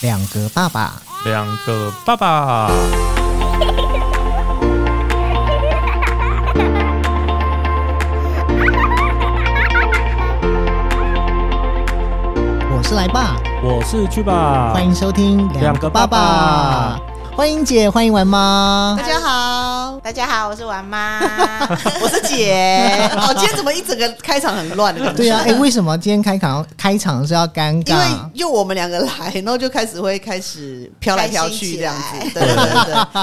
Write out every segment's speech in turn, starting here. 两个爸爸，两个爸爸。我是来爸，我是去吧，欢迎收听两个爸爸欢迎姐，欢迎玩 妈大。家好，大家好，我是玩妈， 我是姐。 哦，今天怎么一整个开场很乱的感觉？对呀、啊，哎、为什么今天开场开场是要尴因为尬？又我们两个来，然后就开始会开始飘来飘去这样开心，子对对 对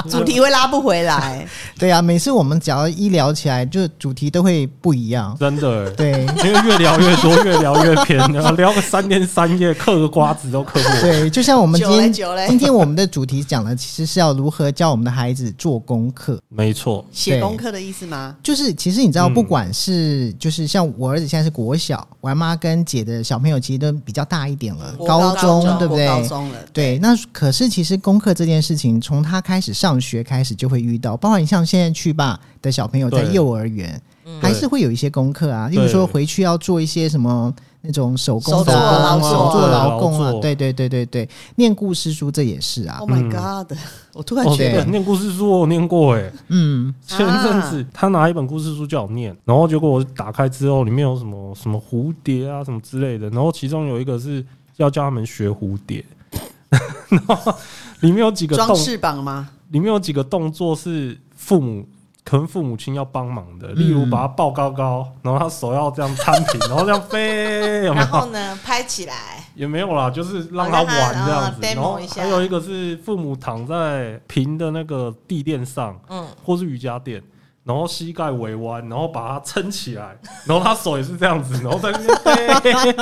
对，主题会拉不回来。对呀、啊，每次我们只要一聊起来，就主题都会不一样。真的， 对因为越聊越多，越聊越偏，然后聊个三天三夜，嗑个瓜子都嗑不完。对，就像我们今久嘞天久嘞今天我们的主题讲的其实是要如何教我们的孩子做功课。没错，写功课的意思吗？就是其实你知道，嗯不管是、就是像我儿子现在是国小，我妈跟姐的小朋友其实都比较大一点了，国中对不国高对？中了，对，那可是其实功课这件事情，从他开始上学开始就会遇到，包括你像现在去吧的小朋友在对幼儿园，嗯还是会有一些功课啊，例如说对回去要做一些什么那种手工手的啊作劳作手作劳工劳啊，作对对对对对，念故事书这也是啊， Oh my 嗯 god！我突然哦，觉对，得念故事书我念过哎，嗯，前阵子他拿一本故事书叫我念，然后结果我打开之后，里面有什么什么蝴蝶啊什么之类的，然后其中有一个是要教他们学蝴蝶， 然后里面有几个装动，翅膀吗？里面有几个动作是父母。可能父母亲要帮忙的，例如把他抱高高，然后他手要这样摊平，然后这样飞，有没然有？后呢，拍起来，也没有啦，就是让哦他让他玩这样子。哦，demo 然后一下还有一个是父母躺在平的那个地垫上，嗯，或是瑜伽垫，然后膝盖微弯，然后把它撑起来，然后他手也是这样子，然后在那边飞，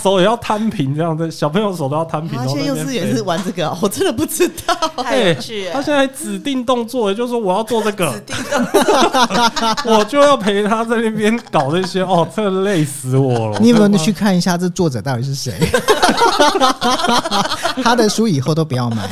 手也要摊平这样子，小朋友手都要哦摊平。啊，然后现在在幼那边稚飞园是玩这个哦，我真的不知道。 太有趣哎他了。现在指定动作，也就是说我要做这指个，定的 我就要陪他在那边搞这些，哦，真的累死哦我了。你有没有去看一下这作者到底是谁？ 他的书以后都不要买。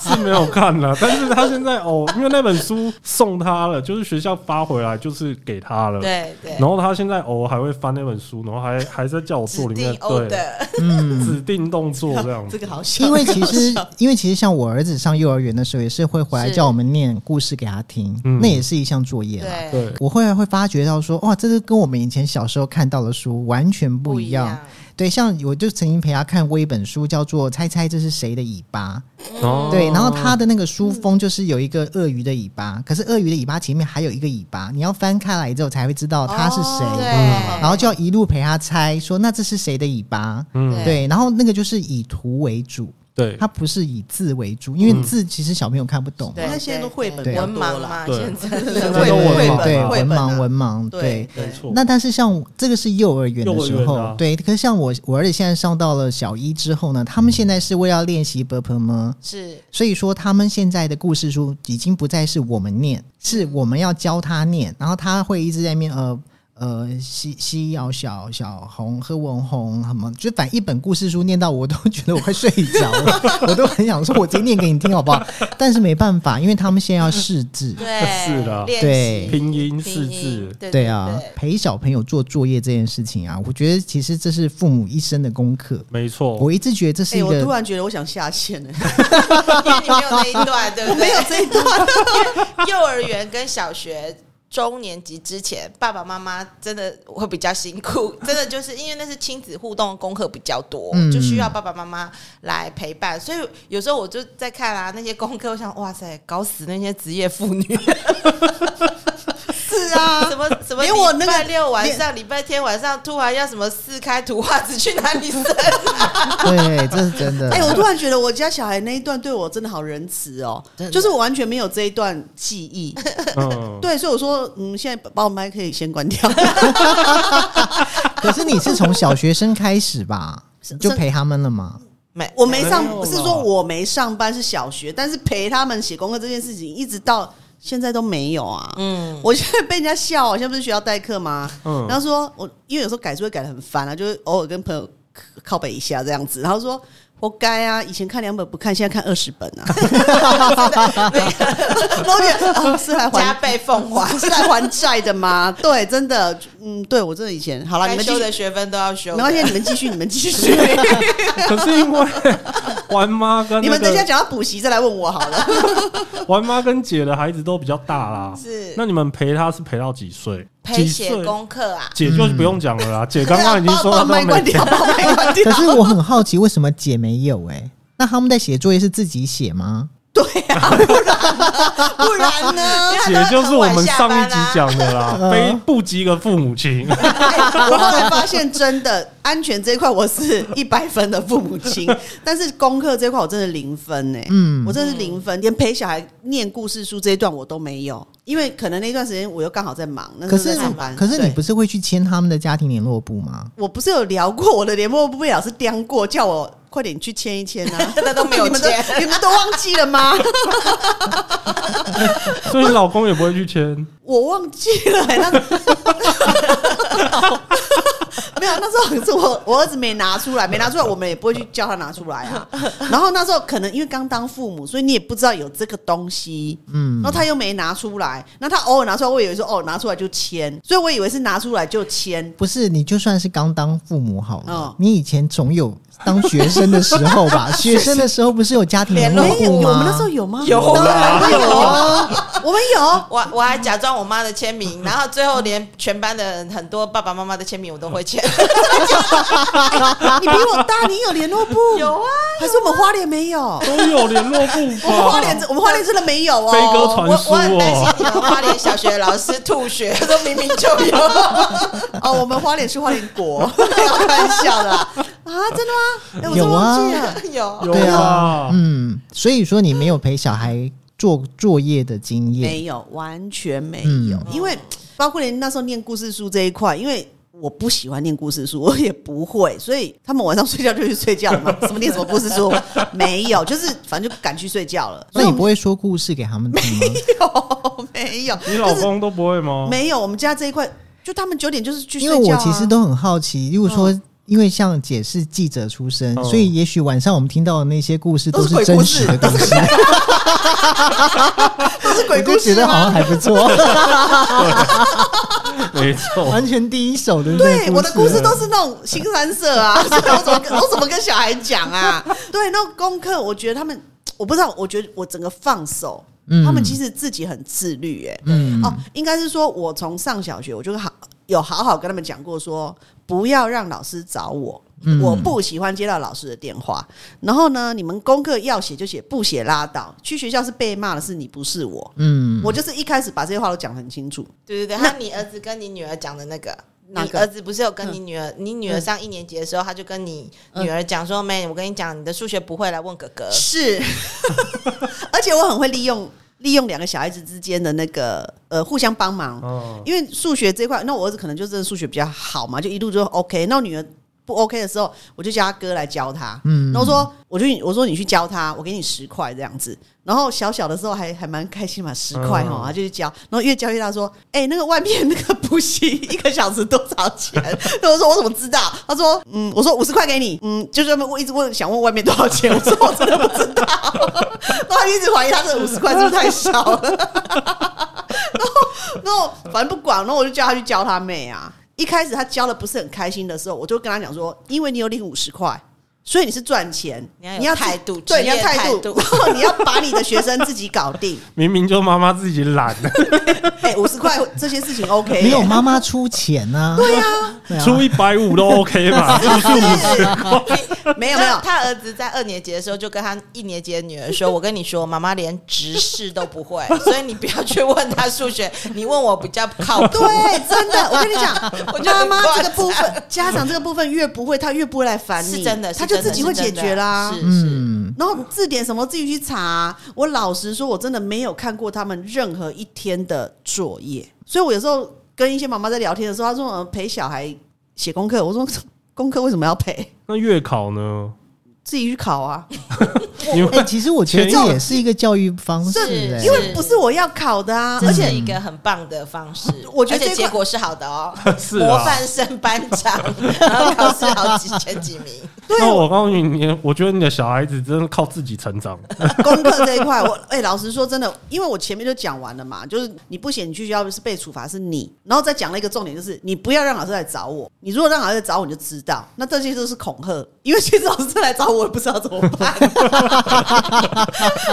是没有看了，但是他现在哦，因为那本书送他了，就是学校发回来，就是给他了。。对对，然后他现在哦还会翻那本书，然后还还在叫我做指里面定哦 o 对的，嗯指定动作这样 这子。个好笑，因为其 实，因为其实像我儿子上幼儿园的时候，也是会回来是叫我们念故事给他听，嗯那也是一项作业啦。对，对，我会会发觉到说，哇，这是跟我们以前小时候看到的书完全不一样。对，像我就曾经陪他看过一本书，叫做《猜猜这是谁的尾巴》。哦对，然后他的那个书封就是有一个鳄鱼的尾巴，可是鳄鱼的尾巴前面还有一个尾巴，你要翻开来之后才会知哦道它是谁。哦对，嗯然后就要一路陪他猜，说那这是谁的尾巴？嗯，对，然后那个就是以图为主，对它不是以字为主，因为嗯字其实小朋友看不懂嘛。对哦他现在都绘本对比较文多盲了嘛，对现在现对在对都对绘对本对，嘛绘文本啊盲文盲，对对。没错。那但是像这个是幼儿园的时哦幼候，儿园啊对，可是像我我儿子现在上到了小一之后呢，他们现在是为了要练习 b p m，是所以说他们现在的故事书已经不再是我们念，是我们要教他念，然后他会一直在念呃。呃，西西瑶小小红喝文红什么，就反正一本故事书念到我都觉得我快睡着了，我都很想说，我直接念给你听好不好？但是没办法，因为他们现在要识字，对， 是的练对习拼音拼识音字，对对啊，陪小朋友做作业这件事情啊，我觉得其实这是父母一生的功课。没错。我一直觉得这是哎，一我突个，然觉得我想下线了。因为你没有那一段，对不对？ 没有这一 段，幼儿园跟小学中年级之前，爸爸妈妈真的会比较辛 苦，真的就是因为那是亲子互动的功课比较多，嗯就需要爸爸妈妈来陪伴。所以有时候我就在看啊那 些功课，我想哇塞，搞死那些职业妇女。 是啊，什么什么连我那个礼拜六晚上、礼拜天晚上，突然要什么四开图画纸去哪里生？ 对，这是真的。哎、我突然觉得我家小孩那一段对我真的好仁慈哦，真的就是我完全没有这一段记忆。嗯， 对，所以我说，嗯，现在把我麦可以先关掉。 可是你是从小学生开始 吧，就陪他们了吗？没，我 没上没有，啦是说我没上班是小学，但是陪他们写功课这件事情，一直到现在都没有啊。嗯，我现在被人家笑，我现在不是学校代课吗？嗯然后说我因为有时候改作业改的很烦啊，就是偶尔跟朋友靠背一下这样子，然后说。活该啊！以前看两本不看，现在看二十本啊！ 然后我觉得哦，是来加还啊倍奉还，是来还债的吗？对，真的，嗯，对我真的以前好了，你该们继修续的学分都要修没。关系，你们继续，你们 继续。可是因为 玩妈啊跟你那们等一下个讲到补习再来问我好 了。玩妈跟姐的孩子都比较大啦，是那你们陪她是陪到几岁？陪几写岁？功课啊，姐就不用讲了啦，姐刚刚已经说把她把都麦没 关掉，把麦关 掉可。是我很好奇，为什么姐没有、欸？哎，那他们在写作业是自己写吗？不然 呢？啊姐就是我们上一集讲，！讲的啦，嗯 非不及格父母亲。哎我后来发现，真的安全这一块我是一百分的父母亲，但是功课这一块我真的零分呢、嗯我真的是零分，连陪小孩念故事书这一段我都没有，因为可能那段时间我又刚好在忙，嗯那时可候在是上班。可是对你不是会去签他们的家庭联络簿吗？我不是有聊过我的联络部被老师刁过，叫我快点去签一签啊 真的都没有 你们都签你们都忘记了吗？所以老公也不会去签，我忘记了、欸那 没有，那时候是我我儿子没拿出来，没拿出来，我们也不会去叫他拿出来啊。然后那时候可能因为刚当父母，所以你也不知道有这个东西，嗯然后他又没拿出来，那他偶尔拿出来，我以为说哦拿出来就签，所以我以为是拿出来就签。不是，你就算是刚当父母好了，嗯你以前总有当学生的时候 吧？学生的时候不是有家庭联络没有，簿我吗？们那时候有吗？有当然啦有啊，我们有。我我还假装我妈的签名，然后最后连全班的人很多爸爸妈妈的签名我都会签。你比我大，你有联络部？有啊，还是我们花莲没有？都有联络部我们花莲吧？真，我们花莲真的没有哦。飞鸽 我传我书很担心哦，你们花莲小学老师吐血，都明明就有。 哦，我们花莲是花莲国，开玩笑的啦啊，真的吗？哎、我真有的啊忘记了。有，对有啊啊，，嗯，所以说你没有陪小孩做作业的经验，没有，完全没有，嗯因为包括连那时候念故事书这一块，因为。我不喜欢念故事书，我也不会，所以他们晚上睡觉就去睡觉了 嘛。什么念什么故事书，没有，就是反正就赶去睡觉了。那你不会会说故事给他们听 吗？啊有 没有？你老公都不会吗？没有，我们家这一块，就他们九点就是去睡因觉、为啊。我其实都很好奇，如果说、哦因为像姐是记者出身，嗯所以也许晚上我们听到的那些故事都是是鬼真故实事的东 西，都是我鬼故就觉事得好吗像？还不 错，没错，完全第一手的那个对，我的故事了都是那种新三色啊， 所以我怎么跟我怎么跟小孩讲 啊？对，那功课我觉得他们，我不知道，我觉得我整个放手，嗯他们其实自己很自律、欸，嗯哦，应该是说我从上小学我就好有好好跟他们讲过说不要让老师找我。嗯我不喜欢接到老师的电话，然后呢，你们功课要写就写，不写拉倒。去学校是被骂的是你，不是我。嗯，我就是一开始把这些话都讲得很清楚。对对对，还有你儿子跟你女儿讲的那个。你哪个嗯儿子不是有跟你女儿？你女儿上一年级的时候，他就跟你女儿讲说：“妹，我跟你讲，你的数学不会，来问哥哥。是， 而且我很会利用利用两个小孩子之间的那个呃互相帮忙，嗯，因为数学这块，那我儿子可能就真的数学比较好嘛，就一路就 OK。那我女儿不 OK 的时候，我就叫他哥来教他。嗯然后说，我就我说你去教他，我给你十块这样子。然后小小的时候还还蛮开心嘛，十块嗯哈，他就去教。然后越教越大，说，哎、那个外面那个补习 一个小时多少钱？ 那我说我怎么知道？他说，嗯，我说五十块给你，嗯，就是他们一直问想问外面多少钱，我说我真的不知道。 然后他一直怀疑他这五十块是不是太少了。然后反正不管，然后我就叫他去教他妹啊。一开始他教的不是很开心的时候，我就跟他讲说，因为你有领五十块，所以你是赚钱，你要有自态度对，职你业要态态度然后你要把你的学生自己搞 定。明明就妈妈自己懒，哎、五十块这些事情 OK，耶没有妈妈出钱呐、啊，对啊，出一百五都 OK 吧？是不是五十块？没有没有他，他儿子在二年级的时候就跟他一年级的女儿说：“我跟你说，妈妈连直视都不 会，所以你不要去问她数学，你问我比较靠谱。对，真的，我跟你 我讲，觉得妈很妈夸这个张部分，家长这个部分越不会，他越不会来烦你，是真的，是他就真的自己会是解真的决啦。是是，嗯，然后字典什么自己去查。我老实说，我真的没有看过他们任何一天的作业，所以我有时候跟一些妈妈在聊天的时候，她说：“呃，陪小孩写功课。”我说：“功课为什么要陪那月考呢？？”自己去考啊，因哎、为其实我觉得前这一也是一个教育方式、是哎因为不是我要考的啊，这而是且一个很棒的方式，我觉得而且这块结果是好的 哦，是模啊。范生班长，然后考试好几前几名，对那我告诉你，你我觉得你的小孩子真的靠自己成长， 功课这一块，我哎、老实说，真的，因为我前面就讲完了嘛，就是你不写，你去学校是被处罚是你，然后再讲了一个重点，就是你不要让老师来找我，你如果让老师来找我，你就知道，那这些都是恐吓，因为其实老师真来找我，我也不知道怎么办。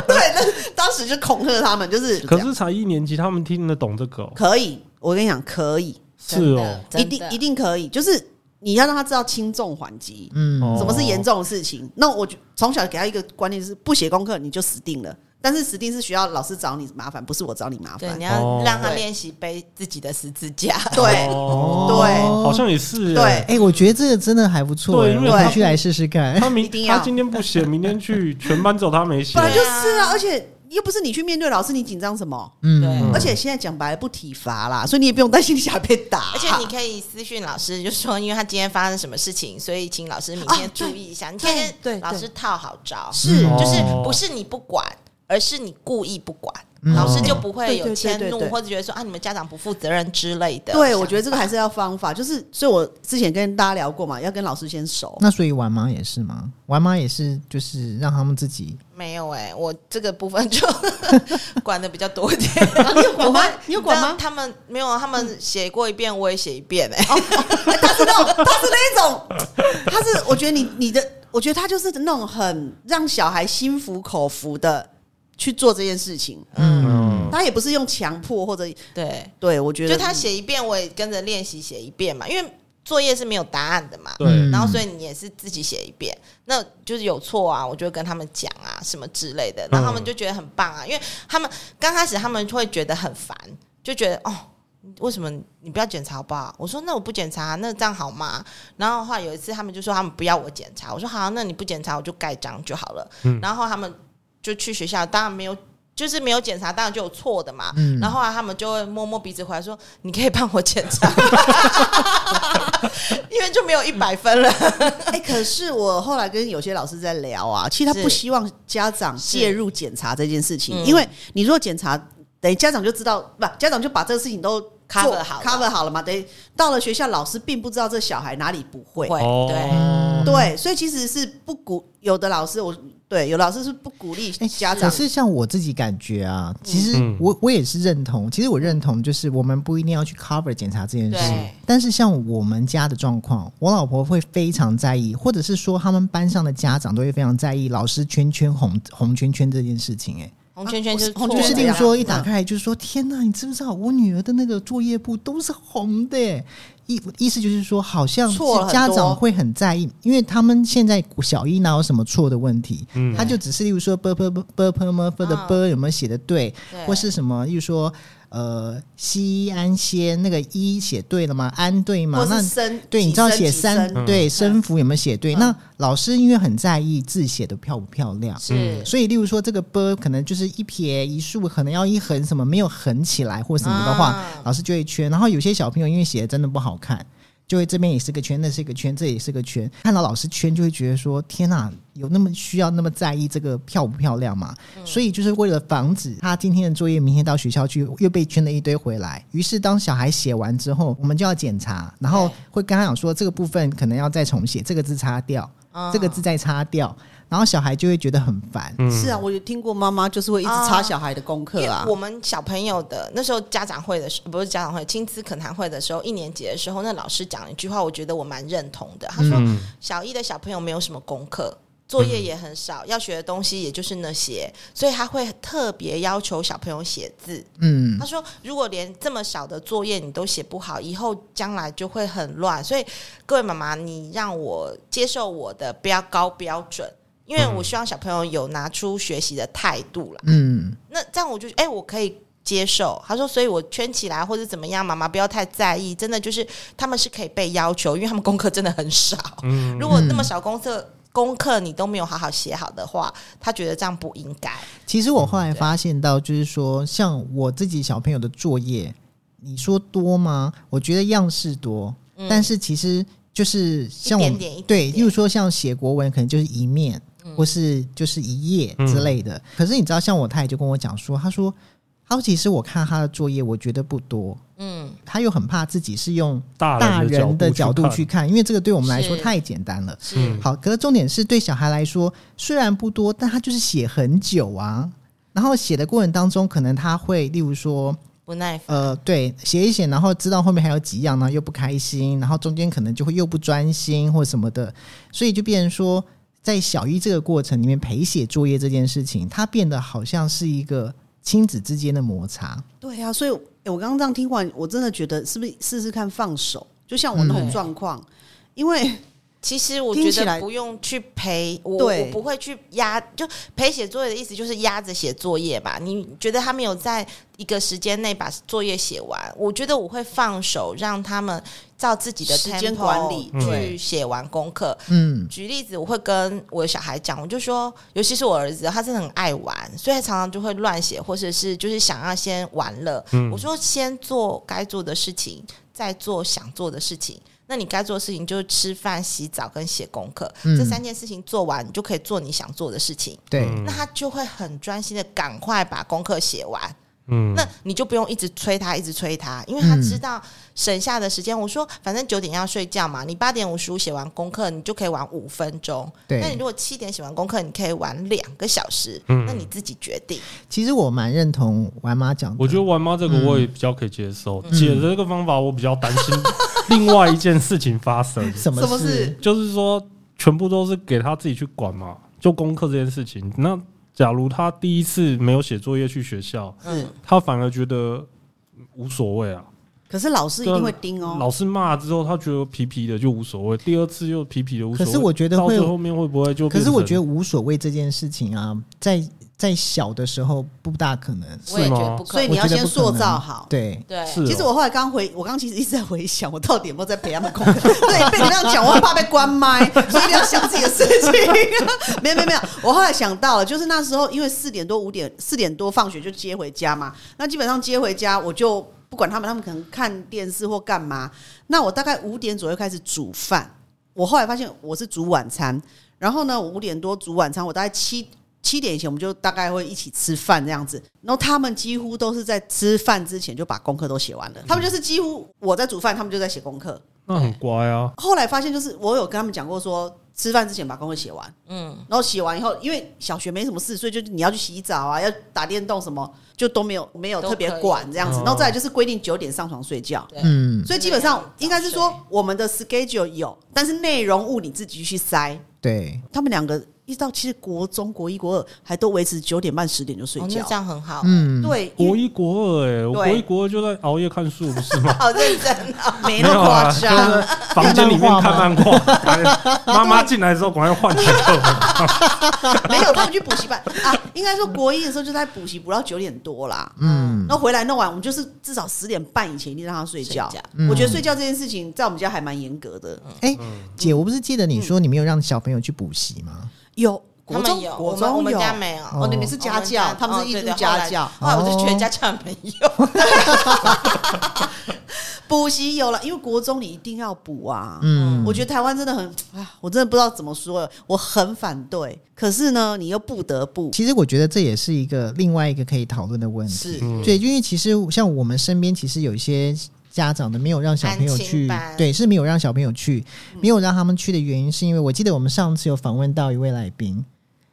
对，那当时就恐吓他们，就是可这样是才一年级，他们听得懂这个哦、可以，我跟你讲，可以，是哦、真的一定一定可以，就是你要让他知道轻重缓急，嗯，哦什么是严重的事情。那我就从小给他一个观念，就是不写功课你就死定了。但是死定是学校老师找你麻烦，不是我找你麻对，烦你。哦要让他练习背自己的十字架，对哦好像也是、对欸。哎、我觉得这个真的还不错、对哎我因为回他去来试试看。他明 一定要他今天不写，明天去，全班只有他没写 本。来就是对啊，啊而且又不是你去面对老师，你紧张什么？嗯对，而且现在讲白了不体罚啦，所以你也不用担心你小孩被打。而且你可以私讯老师，就说因为他今天发生什么事情，所以请老师明啊天注对意一下。你对看见对老师套好招，是哦就是不是你不管，而是你故意不管，嗯老师就不对会对有对迁对怒对或者觉得说啊你们家长不负责任之类的。对，我觉得这个还是要方法，就是所以我之前跟大家聊过嘛，要跟老师先熟。 那所以玩妈也是吗？玩妈也是，就是让他们自己没有哎、我这个部分就 管的比较多一点。 你有管吗你有管吗知道他们没有，啊他们写过一遍，我也写一遍哎、嗯哦他是那种，他是那一种，他是我觉得你你的，我觉得他就是那种很让小孩心服口服的去做这件事情，嗯，他也不是用强迫或者对，对我觉得就他 写一遍，我也跟着练习写一遍嘛，因为作业是没有答案的嘛。对嗯然后所以你也是自己写一遍，那就是有错啊，我就会跟他们讲啊，什么之类嗯的，然后他们就觉得很棒啊，因为他们刚开始他们会觉得很烦，就觉得哦。为什么你不要检查好不好？我说那我不检查，那这样好吗？然后后来有一次他们就说他们不要我检查，我说好啊、那你不检查我就盖章就好了。嗯然后他们就去学校，当然没有，就是没有检查，当然就有错的嘛。嗯然后后来他们就会摸摸鼻子回来说：“你可以帮我检查， 因为就没有一百分了。”哎、可是我后来跟有些老师在聊啊，其实他是不希望家长介入检查这件事情，嗯因为你如果检查，等于家长就知道，不，家长就把这个事情都 cover 做好了 cover 好了嘛，等于到了学校，老师并不知道这小孩哪里不会，会哦对，对，所以其实是不鼓有的老师我，对有老师是不鼓励哎家可长，是像我自己感觉啊，其实嗯我我也是认同，其实我认同就是我们不一定要去 cover 检查这件事对，但是像我们家的状况，我老婆会非常在意，或者是说他们班上的家长都会非常在意老师圈圈红红圈圈这件事情、哎。红圈圈就是红就错圈是的例如呀说一打开就是说，天哪，你知不知道我女儿的那个作业簿都是红的耶？意意思就是说，好像是错了很家多长会很在意，因为他们现在小一哪有什么错的问题，嗯他就只是例如说 b b b b p m f 的嗯 b 有没有写的对，对或是什么，例如说呃西安先那个一写对了吗？安对吗或？那是生对，你知道几写升三几升嗯对声符有没有写对？嗯那老师因为很在意字写的漂不漂亮，是所以，例如说这个 b 可能就是一撇一竖，可能要一横什么没有横起来或什么的话，啊老师就会圈。然后有些小朋友因为写的真的不好看，就会这边也是个圈，那是一个圈，这也是个圈。看到老师圈，就会觉得说：天哪、有那么需要那么在意这个漂不漂亮吗？嗯所以就是为了防止他今天的作业明天到学校去又被圈了一堆回来，于是当小孩写完之后，我们就要检查，然后对会跟他讲说这个部分可能要再重写，这个字擦掉，嗯这个字再擦掉，然后小孩就会觉得很烦。嗯是啊，我有听过妈妈就是会一直擦小孩的功课啊因为，我们小朋友的那时候家长会的时不是家长会，亲子恳谈会的时候，一年级的时候，那老师讲了一句话，我觉得我蛮认同的。他说，嗯小一的小朋友没有什么功课。作嗯业也很少，要学的东西也就是那些，所以他会特别要求小朋友写字。嗯他说，如果连这么小的作业你都写不好，以后将来就会很乱。所以各位妈妈，你让我接受我的不要高标准，因为我希望小朋友有拿出学习的态度啦。嗯，那这样我就哎、我可以接受。他说，所以我圈起来或者怎么样，妈妈不要太在意。真的就是他们是可以被要求，因为他们功课真的很少。嗯如果那么少功课。功课你都没有好好写好的话，他觉得这样不应该。其实我后来发现到，就是说，像我自己小朋友的作业，你说多吗？我觉得样式多，但是其实就是像我们嗯一点点嗯一点对，点例如说像写国文，可能就是一面，或是就是一页之类嗯的。可是你知道，像我太太就跟我讲说，她说，她说其实我看她的作业，我觉得不多，嗯，她又很怕自己是用大大人人的的角度去看，看，因为这个对我们来说是太简单了。是嗯好，可是重点是对小孩来说，虽然不多，但他就是写很久啊。然后写的过程当中，可能他会，例如说，不耐烦，呃，对，写一写，然后知道后面还有几样，然后又不开心，然后中间可能就会又不专心或什么的，所以就变成说，在小一这个过程里面陪写作业这件事情，它变得好像是一个亲子之间的摩擦。对啊，所以诶我刚刚这样听完，我真的觉得是不是试试看放手？就像我那种嗯状况，因为其实我听觉起来得不用去陪我，对我不会去压，就陪写作业的意思就是压着写作业吧。你觉得他们有在一个时间内把作业写完，我觉得我会放手让他们照自己的时间 tempo 管理去对写完功课。嗯，举例子，我会跟我的小孩讲，我就说，尤其是我儿子，他真的很爱玩，所以他常常就会乱写，或者是就是想要先玩乐。我说先做该做的事情，再做想做的事情。那你该做的事情就是吃饭、洗澡跟写功课，嗯这三件事情做完，你就可以做你想做的事情。对，嗯那他就会很专心的赶快把功课写完。嗯，那你就不用一直催他，一直催他，因为他知道省下的时间。我说，反正九点要睡觉嘛，你八点五十五写完功课，你就可以玩五分钟。对那你如果七点写完功课，你可以玩两个小时，嗯那你自己决定。其实我蛮认同玩妈讲的，我觉得玩妈这个我嗯也比较可以接受，嗯姐的这个方法我比较担 心另外一件事情发生，什么什么事事？就是说全部都是给他自己去管嘛，就功课这件事情。那假如他第一次没有写作业去学校，嗯，他反而觉得无所谓啊，可是老师一啊定会盯哦。老师骂之后，他觉得皮皮的就无所谓，第二次又皮皮的无所谓。可是我觉得到会最后面会不会就可变成？是我觉得无所谓这件事情啊，在在小的时候不大可能，我也觉吗得不可所以能。你要我觉得先不可能啊塑造好对，对，是哦其实我后来刚回，我刚其实一直在回想，我到底有没有在陪他们功课？ 对，被你这样讲，我很怕被关麦， 所以一定要想自己的事情。没 有没有没有，我后来想到了，就是那时候因为四点多五点四点多放学就接回家嘛，那基本上接回家我就不管他们，他们可能看电视或干嘛。那我大概五点左右开始煮饭，我后来发现我是煮晚餐，然后呢，我五点多煮晚餐，我大概七七点以前我们就大概会一起吃饭这样子。然后他们几乎都是在吃饭之前就把功课都写完了，他们就是几乎我在煮饭，他们就在写功课。那很乖啊，后来发现就是我有跟他们讲过说。吃饭之前把功课写完，嗯，然后写完以后，因为小学没什么事，所以就是你要去洗澡啊，要打电动什么，就都没有没有都特别可以管这样子。哦然后再来就是规定九点上床睡觉，对，啊嗯，所以基本上应该是说我们的 schedule 有，但是内容物你自己去塞。对，他们两个一直到其实国中国一国二还都维持九点半十点就睡哦，觉那这，样很好。嗯，对，因国为一国二哎、我对国一国二就在熬夜看书，不是 吗？好认真哦，没没那有么啊，夸就 张。是房间里面看漫画， 哎妈妈进来之后赶快换台课本。没有，他们去补习班啊，应该说国一的时候就在补习，补到九点多啦。嗯，然后回来弄完，我们就是至少十点半以前一定让他睡觉睡觉。嗯我觉得睡觉这件事情在我们家还蛮严格的。哎、嗯姐，我不是记得你说你没有让小朋友去补习吗？有他国们中，有，我国们我中们有家没有。哦，你哦们是家教，他们是义一务家教。哦后来我就觉得家教没用，补习有了，因为国中你一定要补啊。嗯，我觉得台湾真的很啊，我真的不知道怎么说，我很反对。可是呢，你又不得不。其实我觉得这也是一个另外一个可以讨论的问题。是嗯对，因为其实像我们身边，其实有一些家长的没有让小朋友安亲去班，对，是没有让小朋友去，没有让他们去的原因，是因为我记得我们上次有访问到一位来宾，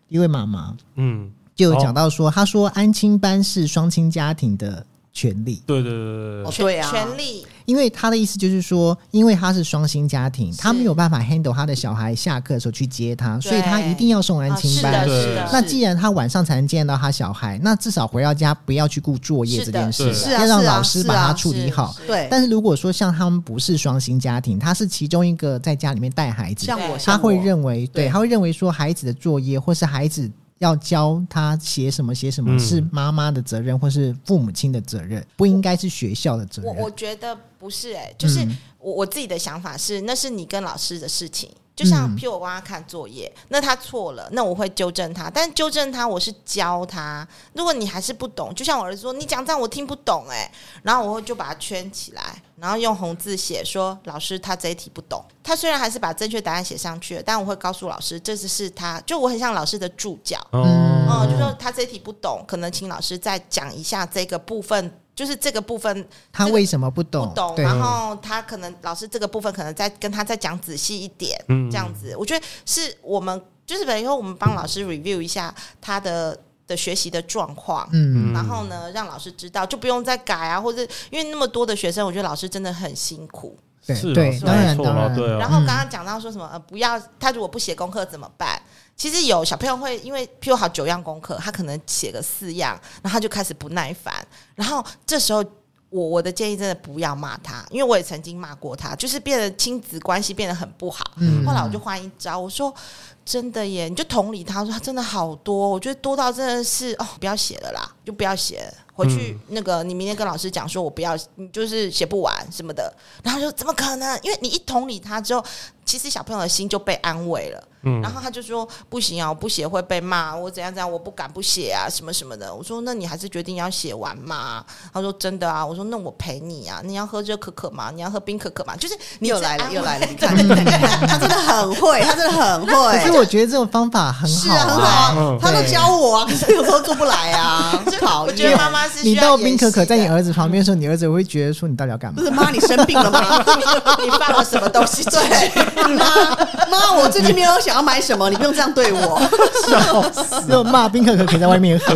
一位妈妈嗯，就有讲到说，她说安亲班是双亲家庭的权利。对对对对哦对，对啊权力因为他的意思就是说，因为他是双薪家庭，他没有办法 handle 他的小孩下课的时候去接他，所以他一定要送安亲啊班。是的，对是的，那既然他晚上才能见到他小孩，那至少回到家不要去顾作业这件事，是的要让是啊老师把它处理好。是，是对，但是如果说像他们不是双薪家庭，他是其中一个在家里面带孩子，像我，对他像会我认为，对，对他会认为说孩子的作业或是孩子要教他写什么写什么、嗯是妈妈的责任或是父母亲的责任，不应该是学校的责我任。我觉得不是哎、就是嗯我我自己的想法是，那是你跟老师的事情。就像嗯譬如我帮他看作业，那他错了，那我会纠正他，但纠正他我是教他。如果你还是不懂，就像我儿子说你讲这样我听不懂哎、然后我会就把它圈起来，然后用红字写说老师他这一题不懂。他虽然还是把正确答案写上去了，但我会告诉老师这只是他，就我很像老师的助教。嗯哦，就说他这一题不懂，可能请老师再讲一下这个部分，就是这个部分他为什么不不懂？懂，对，然后他可能老师这个部分可能再跟他再讲仔细一点，嗯这样子，我觉得是我们就是等于说我们帮老师 review 一下他的的学习的状况。嗯，然后呢，让老师知道，就不用再改啊，或者因为那么多的学生，我觉得老师真的很辛苦。对是啦啊对，是当没然错当啦然，嗯对啊然后刚刚讲到说什么呃，不要他如果不写功课怎么办？其实有小朋友会因为譬如好九样功课，他可能写个四样，然后他就开始不耐烦，然后这时候。我我的建议真的不要骂他，因为我也曾经骂过他，就是变得亲子关系变得很不好。嗯后来我就换一招，我说真的耶，你就同理他，我说他真的好多，我觉得多到真的是哦，不要写了啦，就不要写了。回嗯去那个，你明天跟老师讲，说我不要，你就是写不完什么的。然后他说怎么可能？因为你一同理他之后，其实小朋友的心就被安慰了。嗯然后他就说不行啊，我不写会被骂，我怎样怎样，我不敢不写啊，什么什么的。我说那你还是决定要写完嘛。他说真的啊。我说那我陪你啊，你要喝热可可吗？你要喝冰可可吗？就是你又在来了安又慰来了，你看，他真的很会，他真的很可是会。我觉得这种方法很是好啊，很好啊嗯，他都对 教我啊，可是有时候做不来啊，讨我觉得厌。妈妈是需你要到演冰可可戏在你的啊儿子旁边的时候，你儿子会觉得说你到底要干嘛不？是妈，你生病了吗？ 你放了什么东西进去？妈，妈，我最近没有想要买什么，你不用这样对我。只有骂冰可可可以在外面喝，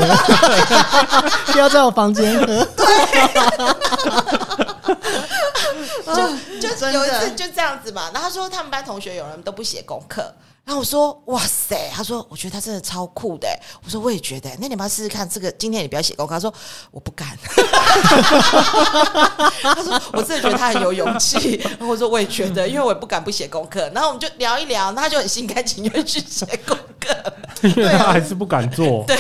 不要在我房间喝。 就真的有一次就这样子嘛。然后他说他们班同学有人都不写功课，然后我说哇塞，他说我觉得他真的超酷的欸、我说我也觉得欸、那你要不要试试看这个？今天你不要写功课，他说我不敢。 他说我真的觉得他很有勇气，然后我说我也觉嗯得，因为我也不敢不写功课。然后我们就聊一聊，那他就很心甘情愿去写功课。因为啊 他还是不敢 做，对，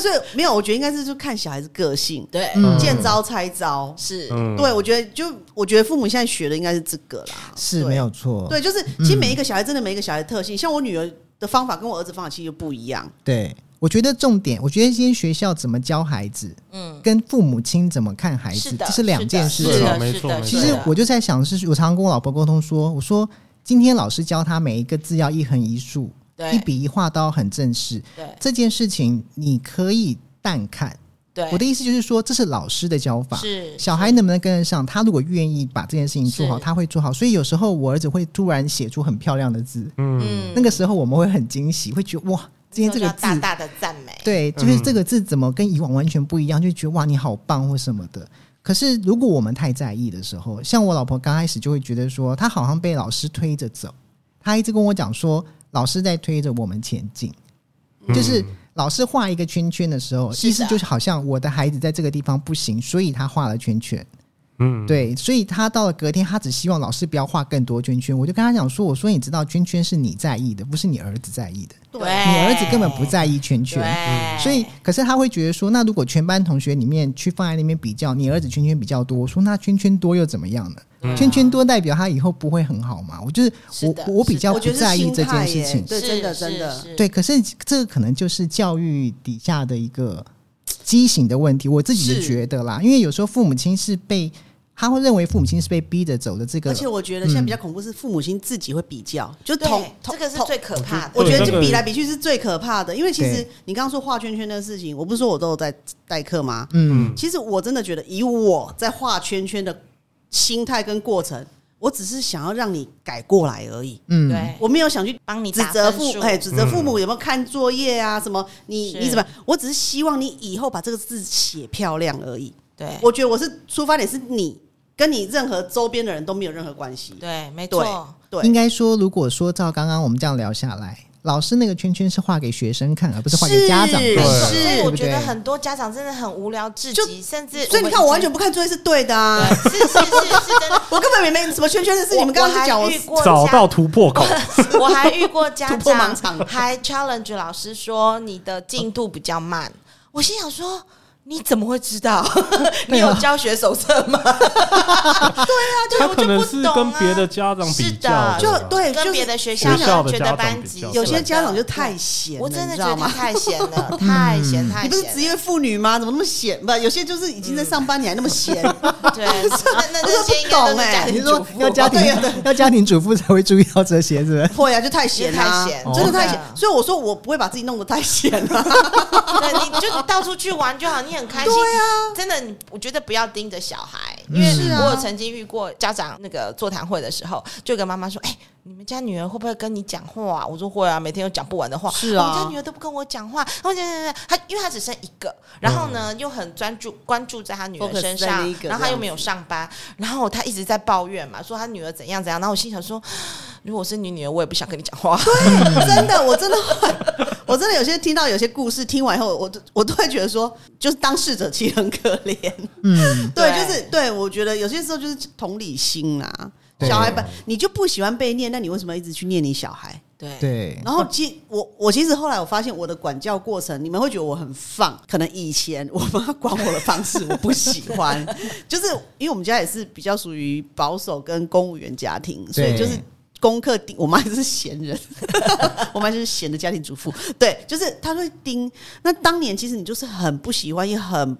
所以没有，我觉得应该是就看小孩子个性，对，嗯见招拆招。是，嗯，对，我觉得就我觉得父母现在学的应该是这个啦，是对没有错，对，就是其实每一个小孩真的每一个小孩的特性，像我女儿的方法跟我儿子方法其实就不一样。对，我觉得重点，我觉得今天学校怎么教孩子，嗯，跟父母亲怎么看孩是子，的，这是两件事是情。的，没是错的，没错其是实的我就在想，是我常常跟我老婆沟通说，我说今天老师教他每一个字要一横一竖，对一笔一画都要很正式。对这件事情你可以淡看，对，我的意思就是说，这是老师的教法。是小孩能不能跟得上？他如果愿意把这件事情做好，是他会做好。所以有时候我儿子会突然写出很漂亮的字，嗯，嗯那个时候我们会很惊喜，会觉得哇，今天这个要字大大的赞美，对，就是嗯这个字怎么跟以往完全不一样，就觉得哇你好棒或什么的。可是如果我们太在意的时候，像我老婆刚开始就会觉得说，她好像被老师推着走，她一直跟我讲说，老师在推着我们前进，嗯就是。老师画一个圈圈的时候，是的意思就是好像我的孩子在这个地方不行，所以他画了圈圈。嗯，对，所以他到了隔天，他只希望老师不要画更多圈圈。我就跟他讲说，我说你知道圈圈是你在意的，不是你儿子在意的。对，你儿子根本不在意圈圈，哎嗯对，所以，可是他会觉得说，那如果全班同学里面去放在那边比较，你儿子圈圈比较多，我说那圈圈多又怎么样呢？嗯嗯圈圈多代表他以后不会很好嘛？我就是是我的我比较我不觉得在是意心这态件耶事情，对，是真的真是的。是对。可是这个可能就是教育底下的一个畸形的问题，我自己是是觉得啦，因为有时候父母亲是被他会认为父母亲是被逼着走的这个而，且我觉得现在比较恐怖是父母亲自己会比较，就同对，同这个是同最可怕的。我觉得这就个比来比去是最可怕的，因为其实对你刚刚说画圈圈的事情，我不是说我都有在代课吗？嗯，其实我真的觉得，以我在画圈圈的心态跟过程，我只是想要让你改过来而已，嗯，对，我没有想去帮你指打责分父数哎，指责父母有没有看作业啊？什么你是你怎么样？我只是希望你以后把这个字写漂亮而已。对，我觉得我是出发点是你跟你任何周边的人都没有任何关系。对，没对错，应对，该说，如果说照刚刚我们这样聊下来，老师那个圈圈是画给学生看，而不是画给家长是看。对所以是我对不觉得对很多家长真的很无聊至就极，甚至所以你看，们我已完全经不看作业是对的啊。是是是是 真的。我根本没没什么圈圈的事情，我你们刚刚是讲我我还遇过找家到突破 口， 我还遇过家突破长盲场还 challenge 老师说你的进度比较慢，我心想说。你怎么会知道？ 你有啊教学手册 吗？他对啊，对，我可就能不是懂跟啊。别的家长比较的，是的就对跟就是别的学校学校的觉家得长班比级较，真的有有些家长就太闲了，我真的你知觉得道他吗？太闲 了，太闲太闲了。你不是职业妇女吗？怎么那么闲吧？有些就是已经在上班，你还那么闲， 对， 那那我真的那些应该都是不懂欸家庭你主说妇要家庭对哦对要家庭主妇才会注意到这些，是不是？会啊，就太闲啊就太闲真的太闲哦。所以我说我不会把自己弄得太闲 啊了。对，你就到处去玩就好，你很开心。对啊，真的，你我觉得不要盯着小孩，因为是啊我有曾经遇过家长那个座谈会的时候，就跟妈妈说：“哎、你们家女儿会不会跟你讲话、啊？”我说：“会啊，每天有讲不完的话。”哦是啊我家女儿都不跟我讲话。然后讲讲讲，她因为她只剩一个，然后呢、又很专注关注在她女儿 Focus 身在那上一，个然后她又没有上班，然后她一直在抱怨嘛，说她女儿怎样怎样。然后我心想说，如果是你女儿，我也不想跟你讲话。真的，我真的会，我真的有些听到有些故事，听完以后，我都我都会觉得说，就是当事者其实很可怜。嗯， 对，对就是对我觉得有些时候就是同理心啦。对小孩本你就不喜欢被念，那你为什么一直去念你小孩？对对，然后其我我其实后来我发现我的管教过程，你们会觉得我很放，可能以前我妈管我的方式我不喜欢，就是因为我们家也是比较属于保守跟公务员家庭，所以对就是。功课盯，我妈就是闲人， 我妈就是闲的家庭主妇。对，就是她会盯。那当年其实你就是很不喜欢，也很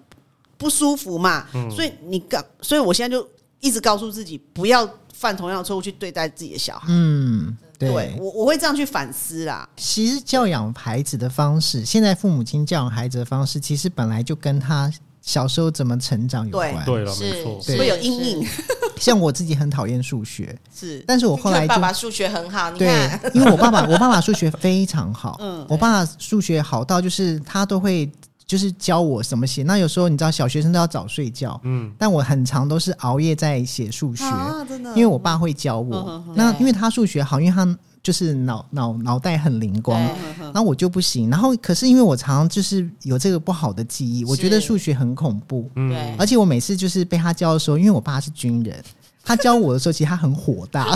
不舒服嘛。所以你告，所以我现在就一直告诉自己，不要犯同样的错误去对待自己的小孩。嗯，对我，我会这样去反思啦。其实教养孩子的方式，现在父母亲教养孩子的方式，其实本来就跟他小时候怎么成长有对关。对了，没是错，是会有阴影是像我自己很讨厌数学，是但是我后来你看就爸爸数学很好，你对 看，因为我爸爸，我爸爸数学非常好，嗯我爸爸数学好到就是他都会就是教我怎么写。那有时候你知道小学生都要早睡觉，嗯，但我很常都是熬夜在写数学，啊，真的，因为我爸会教我。嗯嗯那对因为他数学好，因为他就是脑脑脑袋很灵光，对那我就不行。然后可是因为我常常就是有这个不好的记忆，我觉得是数学很恐怖，嗯对而且我每次就是被他教的时候，因为我爸是军人。他教我的时候，其实他很火大，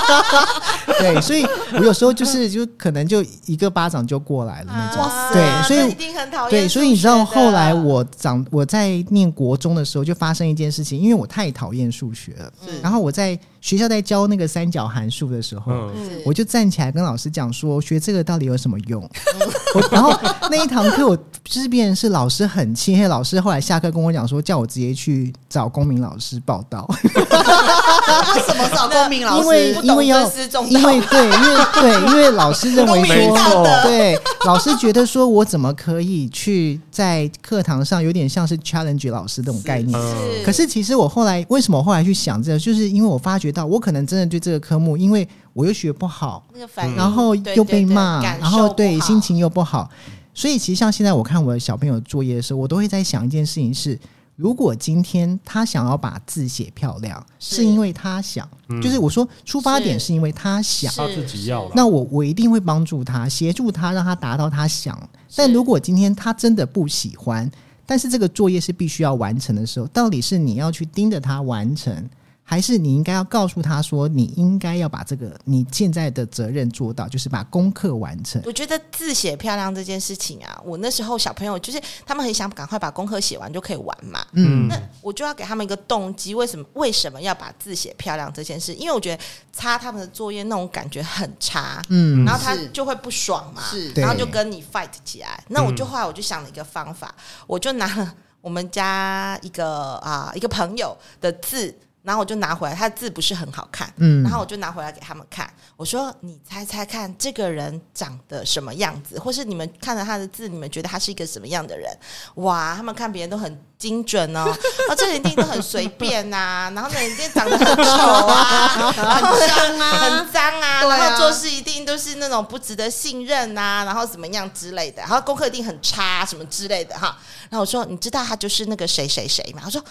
对，所以我有时候就是就可能就一个巴掌就过来了那种。啊对所以那一定很讨厌对，所以你知数道学的后来我长我在念国中的时候就发生一件事情，因为我太讨厌数学了。嗯是然后我在学校在教那个三角函数的时候，嗯，是我就站起来跟老师讲说，学这个到底有什么用？我然后那一堂课我就是变成是老师很气，因为老师后来下课跟我讲说，叫我直接去找公民老师报道，啊 为什么 找公民老因为师？不懂因为要尊师重道因为对，因为对，因为老师认为没说。错，对，老师觉得说我怎么可以去在课堂上有点像是 challenge 老师这种概念。嗯可是其实我后来为什么我后来去想这个，就是因为我发觉到我可能真的对这个科目，因为我又学不好，那个反应，然后对又对被对骂，感然后受对不好心情又不好，所以其实像现在我看我的小朋友作业的时候，我都会在想一件事情是：如果今天他想要把字写漂亮，是是因为他想，嗯嗯就是我说出发点是是因为他想。他自己要了，那我我一定会帮助他，协助他，让他达到他想。但是如果今天他真的不喜欢，但是这个作业是必须要完成的时候，到底是你要去盯着他完成，还是你应该要告诉他说，你应该要把这个你现在的责任做到，就是把功课完成。我觉得字写漂亮这件事情啊，我那时候小朋友就是他们很想赶快把功课写完就可以玩嘛，嗯，那我就要给他们一个动机，为什么为什么要把字写漂亮这件事？因为我觉得擦他们的作业那种感觉很差，嗯然后他是就会不爽嘛，是对然后就跟你 fight 起来。那我就后来我就想了一个方法，我就拿了我们家一个啊、一个朋友的字，然后我就拿回来，他的字不是很好看，嗯然后我就拿回来给他们看，我说你猜猜看这个人长得什么样子，或是你们看了他的字，你们觉得他是一个什么样的人？哇，他们看别人都很精准哦， 哦，这个人一定都很随便呐、然后那人一定长得很丑 啊，然后脏啊很脏啊，对啊然后做事一定都是那种不值得信任呐、然后怎么样之类的，然后功课一定很差什么之类的哈。然后我说，你知道他就是那个谁谁谁吗？他说。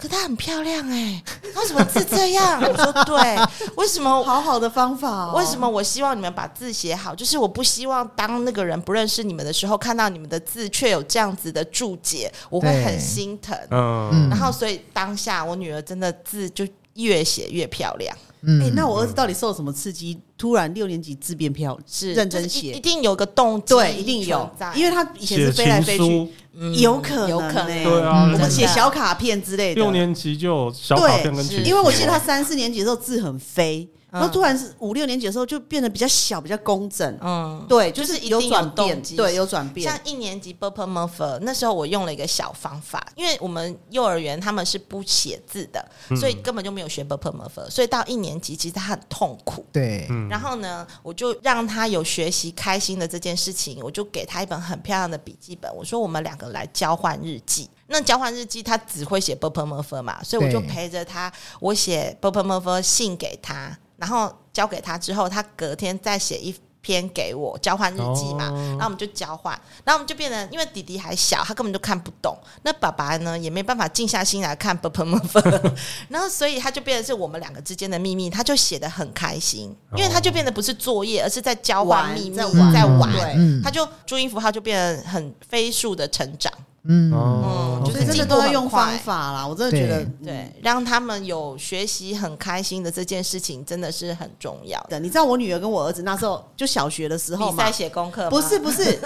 可她很漂亮哎、她为什么字这样？ 我说对，为什么好好的方法哦，为什么我希望你们把字写好？就是我不希望当那个人不认识你们的时候，看到你们的字却有这样子的注解，我会对很心疼。嗯，嗯然后，所以当下我女儿真的字就越写越漂亮。嗯哎、那我儿子到底受什么刺激，突然六年级字变漂是认真就是一一写，定有个动机，对，一定有，因为他以前写是飞来情飞去，书，嗯有可能有可欸能，对啊嗯我们真写的小卡片之类的。六年级就有小卡片跟对情书，因为我记得他三四年级的时候字很飞，嗯然后突然是五六年级的时候就变得比较小，比较工整。嗯。对，就就是是一有定转有动变，机对，有转变像。一年级 Burp m u f f e r 那时候我用了一个小方法，因为我们幼儿园他们是不写字的，所以根本就没有学 Burp m u f f e r 所以到一年级其实他很痛苦。对，嗯然后呢，我就让他有学习开心的这件事情，我就给他一本很漂亮的笔记本，我说我们两个来交换日记。那交换日记他只会写 b u r p m u r f 嘛，所以我就对陪着他，我写 b u r p m u r f 信给他，然后交给他之后，他隔天再写一。篇给我交换日记嘛，哦然后我们就交换，然后我们就变成，因为弟弟还小，他根本就看不懂，那爸爸呢也没办法静下心来看 b u r p m u r f 然后所以他就变成是我们两个之间的秘密，他就写的很开心，因为他就变得不是作业，而是在交换玩秘密，在玩在嗯玩。对嗯他就注音符号就变得很飞速的成长，嗯哦嗯就就是是真的进都步要很用方快。法啦，我真的觉得对嗯对，让他们有学习很开心的这件事情真的是很重要的。的。你知道我女儿跟我儿子那时候就小学的时候比嘛赛，写功课吗不是不是，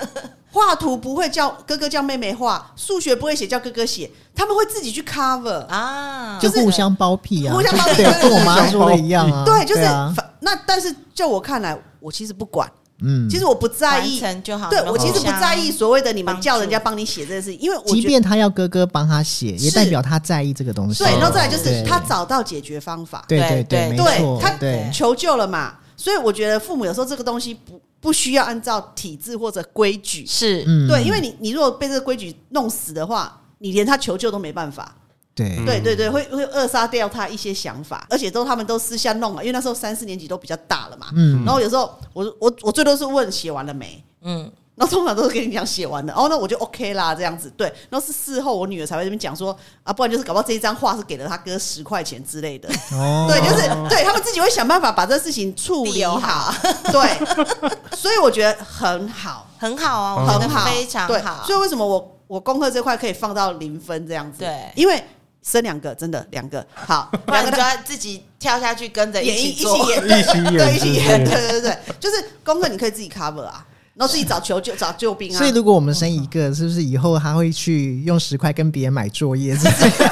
画图不会叫哥哥叫妹妹画，数学不会写叫哥哥写，他们会自己去 cover。啊，就互相包庇啊，互相包庇对，对跟我妈互相说的一样啊，对，就是啊，反那但是就我看来，我其实不管，嗯，其实我不在完意。成就好。对你们我其实互不相在意所谓的你帮们助叫人家帮你写这件事，因为我即觉得便他要哥哥帮他写，也是代表他在意这个东西。对，然后再来就对是他找到解决方法，对对对对，对没对错他，对求救了嘛。所以我觉得父母有时候这个东西不不需要按照体制或者规矩，是嗯对，因为你你如果被这个规矩弄死的话，你连他求救都没办法。对嗯对对对，会会扼杀掉他一些想法，而且都他们都私下弄了，因为那时候三四年级都比较大了嘛。嗯然后有时候我我我最多是问写完了没，嗯，然后通常都是跟你讲写完了，哦，那我就 OK 啦，这样子对。然后是事后我女儿才会这边讲说啊，不然就是搞不好这一张画是给了他哥十块钱之类的，哦，对，就是对他们自己会想办法把这事情处理理由好，对，所以我觉得很好，很好啊，我觉很得好，非常对好。所以为什么我我功课这块可以放到零分这样子？对因为生两个真的两个好，不两然你个都就要自己跳下去跟着演一一一起起 做。演，一起演对，一起演，是不对对对，就是功课你可以自己 cover 啊，然后自己找求救找救兵啊。所以如果我们生一个，是不是以后他会去用十块跟别人买作业？是不是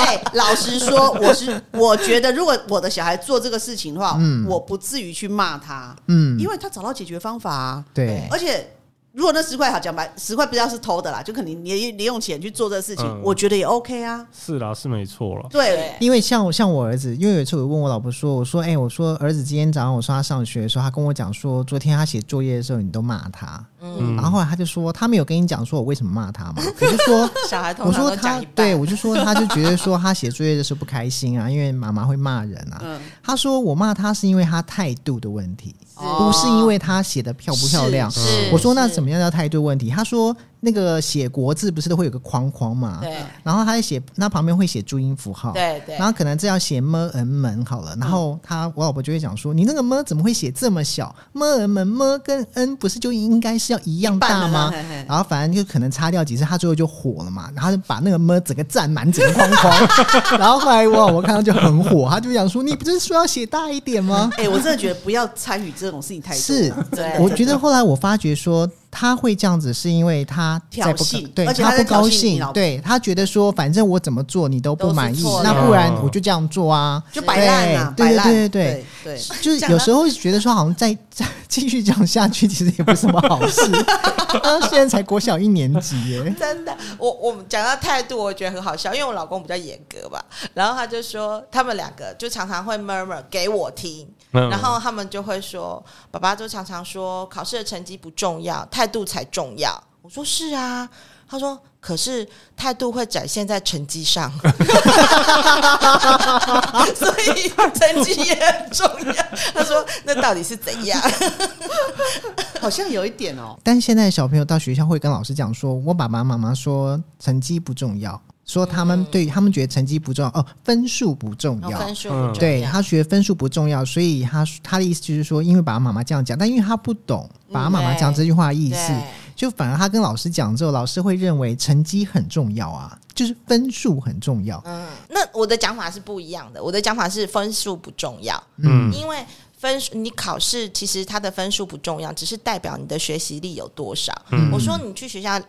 哎，老实说，我是我觉得，如果我的小孩做这个事情的话，嗯我不至于去骂他，嗯，因为他找到解决方法啊。对而且如果那十块好讲白，十块不要是偷的啦，就可能你零用钱去做这个事情，嗯我觉得也 OK 啊。是啦，是没错啦。对，因为像像我儿子，因为有一次我问我老婆说，我说，哎、我说儿子今天早上我说他上学的时候，他跟我讲说，昨天他写作业的时候你都骂他，嗯然后后来他就说他没有跟你讲说我为什么骂他吗？我就说。 小孩我通常说都他讲一，半对，我就说他就觉得说他写作业的时候不开心啊，因为妈妈会骂人啊。嗯，他说我骂他是因为他态度的问题，哦不是因为他写的漂不漂亮。是是我说那是怎么样叫态度问题？他说那个写国字不是都会有个框框嘛？对然后他在写，那旁边会写注音符号。。对对哦然，后可能这要写么嗯门好了，然后他我老婆就会讲说，你那个么怎么会写这么小？么嗯门么跟嗯不是就应该是要一样大吗？一半的嘿嘿然后反正就可能擦掉几次，他最后就火了嘛，然后就把那个么整个占满整个框框。然后后来我老婆看到就很火，他就讲说，你不是说要写大一点吗？ 哎、我真的觉得不要参与这种事情太多。是，对我觉得后来我发觉说他会这样子，是因为他在不挑衅对而且他他不在高挑衅你兴老，婆对他觉得说反正我怎么做你都不都是满意错，的那不然哦我就这样做啊，就摆烂啊，对摆烂，对对对对对对，就是有时候觉得说好像再再继续这样下去，其实也不是什么好事。 他现在才国小一年级耶，真的，我我们讲到态度，我觉得很好笑，因为我老公比较严格吧，然后他就说他们两个就常常会 murmur 给我听，嗯然后他们就会说，爸爸就常常说考试的成绩不重要，态度才重要。我说是啊，他说可是态度会展现在成 绩上，所以成绩也很重要。他说那到底是怎样？好像有一点哦、但现在小朋友到学校会跟老师讲说，我爸爸妈妈说成绩不重要，说他嗯们对他们觉得成绩不重要，哦，分数不重 然哦要后，分数嗯不重对要，他学分数不重要，所以他他的意思就是说，因为爸爸妈妈这样讲，但因为他不懂嗯爸爸妈妈讲这句话的意思，对就反而他跟老师讲之后，老师会认为成绩很重要啊，就是分数很重要。嗯，那我的讲法是不一样的，我的讲法是分数不重要，嗯因为分数，你考试其实它的分数不重要，只是代表你的学习力有多少。嗯我说你去学校，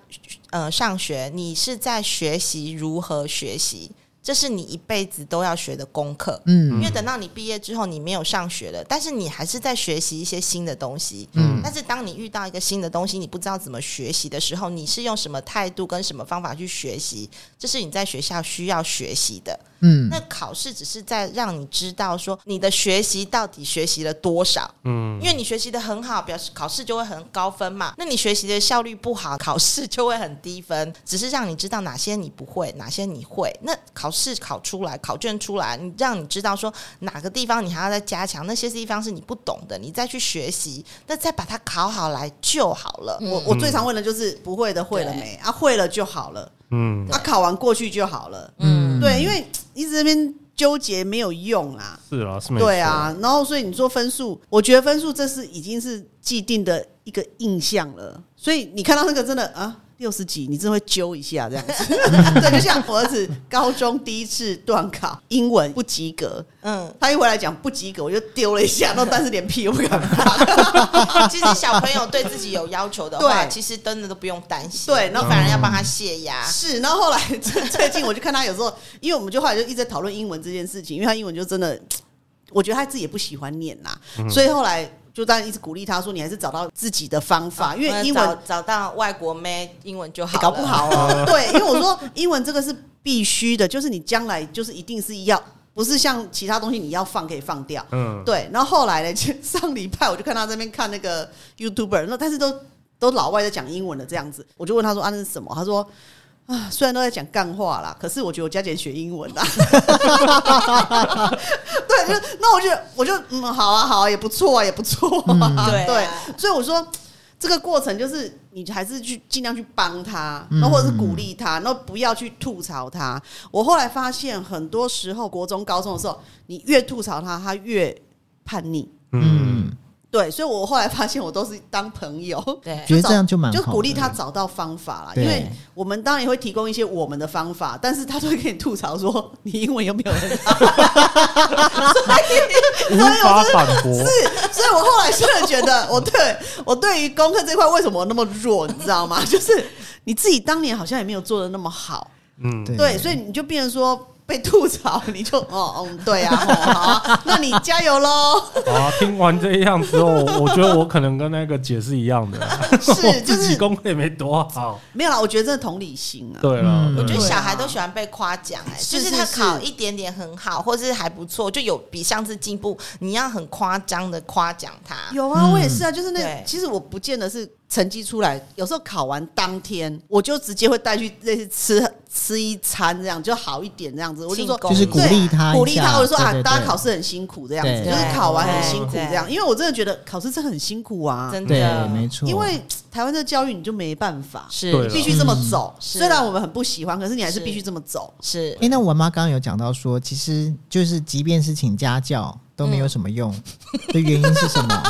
呃，上学，你是在学习如何学习，这是你一辈子都要学的功课。因嗯为等到你毕业之后，你没有上学了，但是你还是在学习一些新的东西。嗯但是当你遇到一个新的东西，你不知道怎么学习的时候，你是用什么态度跟什么方法去学习？这是你在学校需要学习的。嗯那考试只是在让你知道说你的学习到底学习了多少，嗯因为你学习的很好，表示考试就会很高分嘛。那你学习的效率不好，考试就会很低分。只是让你知道哪些你不会，哪些你会。那考试考出来，考卷出来，你让你知道说哪个地方你还要再加强，那些地方是你不懂的，你再去学习，那再把它考好来就好了。我我最常问的就是不会的会了没啊？会了就好了，嗯，啊，考完过去就好了。嗯，对，因为一直这边纠结没有用啊。是啊，是没错对，啊，然后所以你说分数，我觉得分数这是已经是既定的一个印象了。所以你看到那个真的啊，六十几，你真的会揪一下这样子。 对，就像我儿子高中第一次段考，英文不及格，嗯， 他一回来讲不及格，我就丢了一下，然后但是连屁都不 敢放。其实小朋友对自己有要求的话，对其实真的都不用担心。对你那反而要帮他泄压。是，然后后来 最最近我就看他有时候，因为我们就后来就一直在讨论英文这件事情，因为他英文就真的，我觉得他自己也不喜欢念啦，所以后来就当然一直鼓励他说，你还是找到自己的方法，因为英文找找到外国妹，英文就好欸了，搞不好哦。 对，因为我说英文这个是必须的，就是你将来就是一定是要，不是像其他东西你要放可以放掉。嗯，对，然后后来呢，就上礼拜我就看他这边看那个 YouTuber，那但是都都老外在讲英文的这样子，我就问他说啊那是什么？他说。啊，虽然都在讲干话啦，可是我觉得我加减学英文啦。对，就那我就我就嗯，好啊，好啊，也不错啊，也不错、啊嗯对啊对，所以我说这个过程就是你还是去尽量去帮他，嗯然后或者是鼓励他，然后不要去吐槽他。我后来发现，很多时候国中、高中的时候，你越吐槽他，他越叛逆。嗯，嗯，对，所以我后来发现，我都是当朋友，对， 觉得这样就蛮好就的鼓励他找到方法啦。因对为我们当然也会提供一些我们的方法，但是他都会跟你吐槽说 你英文有没有很好。无法反 驳，所以我后来真的觉得， 我对我对于功课这块为什么那么弱，你知道吗？ 就是你自己当年好像也没有做的那么好，嗯，对对，所以你就变成说。被吐槽，你就 哦嗯，对啊，哦好 啊，那你加油喽！好啊，听完这样之后，我觉得我可能跟那个姐是一样的，是，就自己是功课也没多好，没有啦，我觉得真的同理心 啊，对了，嗯我觉得对啊小孩都喜欢被夸奖，哎，是就是是他是考一点点很好，或是还不错，就有比上次进步，你要很夸张的夸奖他。有啊，嗯我也是啊，就是那对其实我不见得是成绩出来，有时候考完当天我就直接会带去类似吃吃一餐这样就好一点这样子，我就庆说功就是鼓励对他一下，鼓励他，我就说啊对，对大家对考试很辛苦这样子，对就是考完很辛苦对这样，因为我真的觉得考试真的很辛苦啊，真的啊对，没错，因为台湾的教育你就没办法，对是了必须这么走。是虽然我们很不喜欢，可是你还是是必须这么走。是 哎、那我妈刚刚有讲到说，其实就是即便是请家教都嗯没有什么用的原因是什么？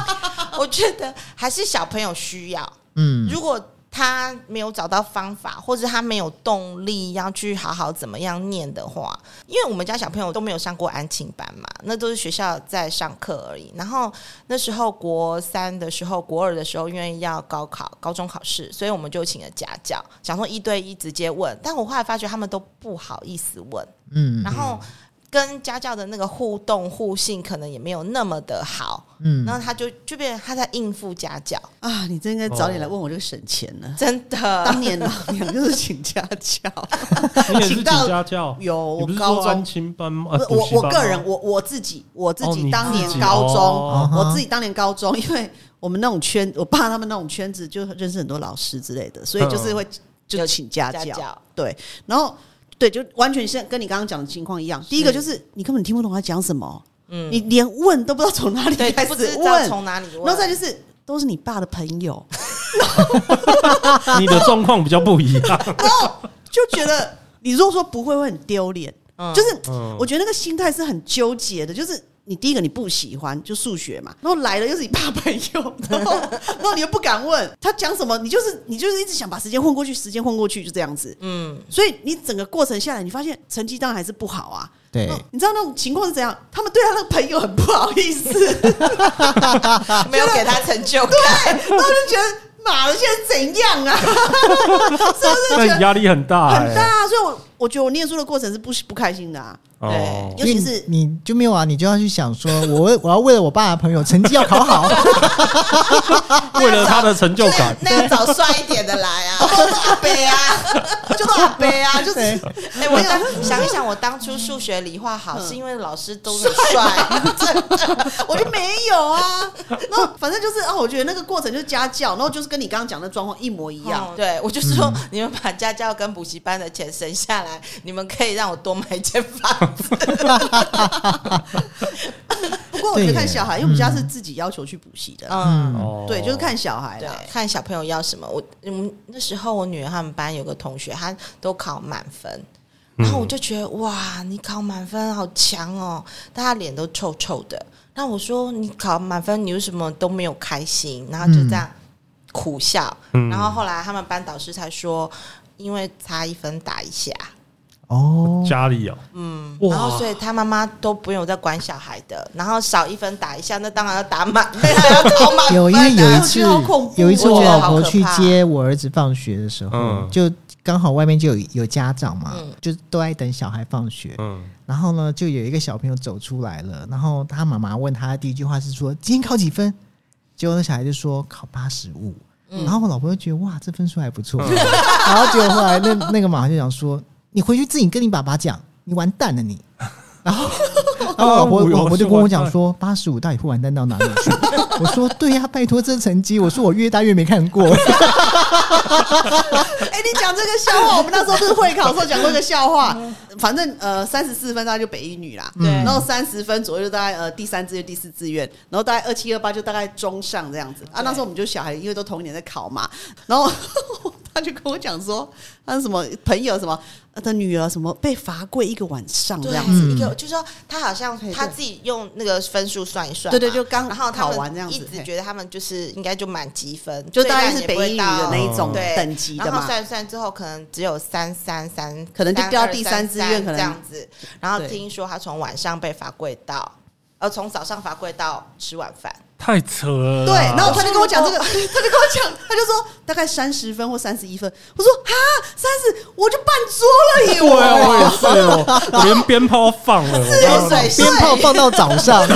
我觉得还是小朋友需要，嗯，如果他没有找到方法，或者他没有动力要去好好怎么样念的话，因为我们家小朋友都没有上过安亲班嘛，那都是学校在上课而已。然后那时候国三的时候、国二的时候，因为要高考、高中考试，所以我们就请了家教，想说一对一直接问。但我后来发觉他们都不好意思问，嗯然后跟家教的那个互动互信可能也没有那么的好，嗯然后他就就变成他在应付家教，啊，你真应该早点来问我这个省钱呢。真的。当年老娘就是请家教，你也是请家教，有你我不是高说安中亲班吗？不呃是补我习我班个吗人我我自己我自哦你己当自年己高中。哦嗯我哼自己当年高中，因为我们那种圈，我爸他们那种圈子就认识很多老师之类的，所以嗯就是会就有请家家教。教，对，然后对，就完全像跟你刚刚讲的情况一样。第一个就是你根本听不懂他讲什么，嗯你连问都不知道从哪里对，开始不知道问，从哪里问，然后再就是都是你爸的朋友， 你的状况比较不一 样，就觉得你如果说不会会很丢脸，嗯就是嗯我觉得那个心态是很纠结的，就是。你第一个你不喜欢就数学嘛，然后来了又是你爸朋友，然后然后你又不敢问他讲什么，你就是你就是一直想把时间混过去，时间混过去就这样子，嗯，所以你整个过程下来，你发现成绩当然还是不好啊。对，你知道那种情况是怎样？他们对他那个朋友很不好意思，啊没有给他成就感。然后就觉得妈的，现在怎样啊？是不是觉但得压力很大、欸，很大？啊所以我我觉得我念书的过程是不不开心的啊。哦对，尤其因为是你你就没有啊，你就要去想说，我我要为了我爸的朋友成绩要考好，为了他的成就感， 那要找帅一点的来 哦啊，都是阿伯啊，就都阿伯 啊，就是对哎、我当想一想，我当初数学、理化嗯好，是因为老师都很啊 帅，我就没有啊。然后反正就是啊，我觉得那个过程就是家教，然后就是跟你刚刚讲的状况一模一一样嗯样。。对我就说，你们把家教跟补习班的钱省下来，你们可以让我多买一间房子。不过我觉得对看耶小孩，因为我们家是自己要求去补习的，嗯，哦对，就是看小孩对啦。，看小朋友要什么。我嗯，那时候我女儿他们班有个同学，她都考满分。嗯然后我就觉得哇，你考满分好强哦！但她脸都臭臭的。那我说你考满分，你为什么都没有开心？然后就这样苦笑。嗯然后后来他们班导师才说，因为差一分打一下。 哦，家里哦，嗯，哇然后所以他妈妈都不用再管小孩的，然后少一分打一下，那当然要打满， 对啊，要考满分啊。有，因为有一次觉得好恐怖，有一次我我觉得老婆好可去怕接我儿子放学的时候，嗯就刚好外面就有有家长嘛，嗯就都在等小孩放学。嗯，然后呢，就有一个小朋友走出来了，然后他妈妈问他的第一句话是说：“今天考几分？”结果那小孩就说考八十五。然后我老婆就觉得哇，这分数还不错。然后结果后来那那个妈妈就想说：“你回去自己跟你爸爸讲，你完蛋了你。”然后，然后我老 婆哦我我老婆就跟我讲是完蛋说：“八十五到底会完蛋到哪里去？” 我说：“对呀、拜托这成绩，我说我越大越没看过。哎、你讲这个笑话，我们那时候不是会考的时候讲过一个笑话，反正呃三十四分大概就北一女啦，对然后三十分左右就大概呃第三志愿、第四志愿，然后大概二七二八就大概中上这样子啊。对那时候我们就小孩，因为都同一年在考嘛，然后 他就跟我讲说，他什么朋友什么呃的女儿什么被罚跪一个晚上这对样，子一个就是说他好像对对他自己用那个分数算一算嘛，对对就刚然后他考们完这样子一直嘿觉得他们就是应该就满积分，就最大概烂是也北不会一女的那一种哦对等级的然后嘛。算一算之后，可能只有三三三，可能就掉32第三志愿可能这样子。然后对听说他从晚上被罚跪到，呃，从早上罚跪到吃晚饭，太扯了啦。对，然后他就跟我讲这个，他就跟我讲，他就说大概三十分或三十一分。我说哈，三十我就半桌了耶，对啊，我也是哦，我连鞭炮都放了，自由水鞭炮放到早上，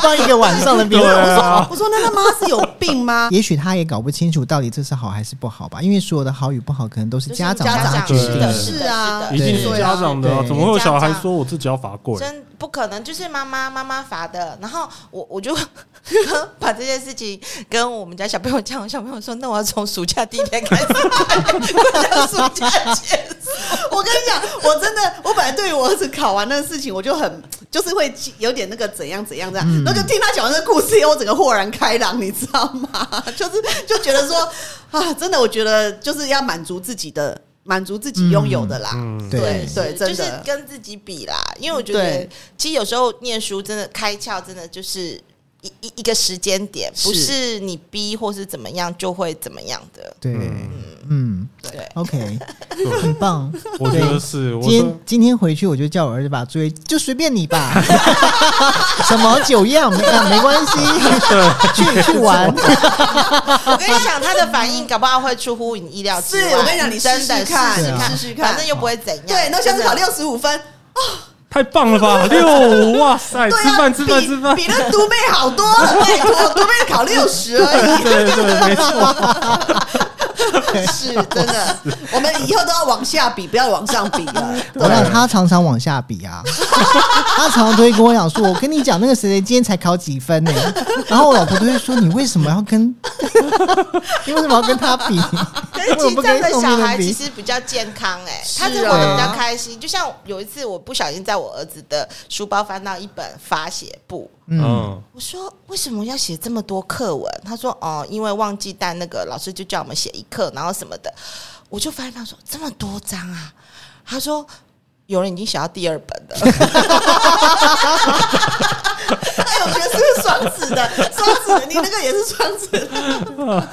放一个晚上的鞭炮。对我说啊，我说那他妈是有病吗？也许他也搞不清楚到底这是好还是不好吧，因为所有的好与不好可能都是就是家长家帮他长决是定的，的。是是的，啊一是的定对是家长的啊，对怎么会有小孩说我自己要罚跪？真不可能，就是妈妈妈妈罚的。然后我我就 跟把这件事情跟我们家小朋友讲，我小朋友说：“那我要从暑假第一天开始跪，到暑假结束。 我跟你讲，我真的，我本来对于我儿子考完那个事情，我就很就是会有点那个怎样怎样这样，嗯然后就听他讲完这个故事以后，我整个豁然开朗，你知道吗？ 就是就觉得说啊，真的，我觉得就是要满足自己的，满足自己拥有的啦。嗯，对，对真的就是跟自己比啦。因为我觉得对，其实有时候念书真的开窍，真的就是一一一个时间点，是不是你逼或是怎么样就会怎么样 的。对，嗯对， ，OK，很棒。我觉得是，我今天说今天回去我就叫我儿子把作业就随便你 吧，什么酒样没啊没关系，去去玩。我跟你讲，他的反应搞不好会出乎你意料之外。是我跟你讲你试试真的试看试对啊看，你试试看反正又不会怎样。对，那下次真的考六十五分，太棒了吧，六，哇塞，对哎吃啊，饭比吃饭吃饭，比那读妹好 多了，拜托，读妹考六十而已，对对，没错，是真的。我们以后都要往下比，不要往上比了。 我想哦他常常往下比啊， 他常常都会跟我讲说：“我跟你讲，那个谁谁今天才考几分呢、 然后我老婆都会说：“你为什么要跟？ 你为什么要跟他比？可是为什其么不实这样跟的后小面孩的其比？”实比较健康哎、他是是活得啊比较开心。就像有一次我不小心在我儿子的书包翻到一本法写簿，嗯，嗯，我说为什么要写这么多课文？他说哦，因为忘记带那个，老师就叫我们写一课，然后什么的。我就发现他说这么多章啊，他说 有人已经写到第二本了。哎，我觉得是不是是双子的，双子的，你那个也是双子的，这个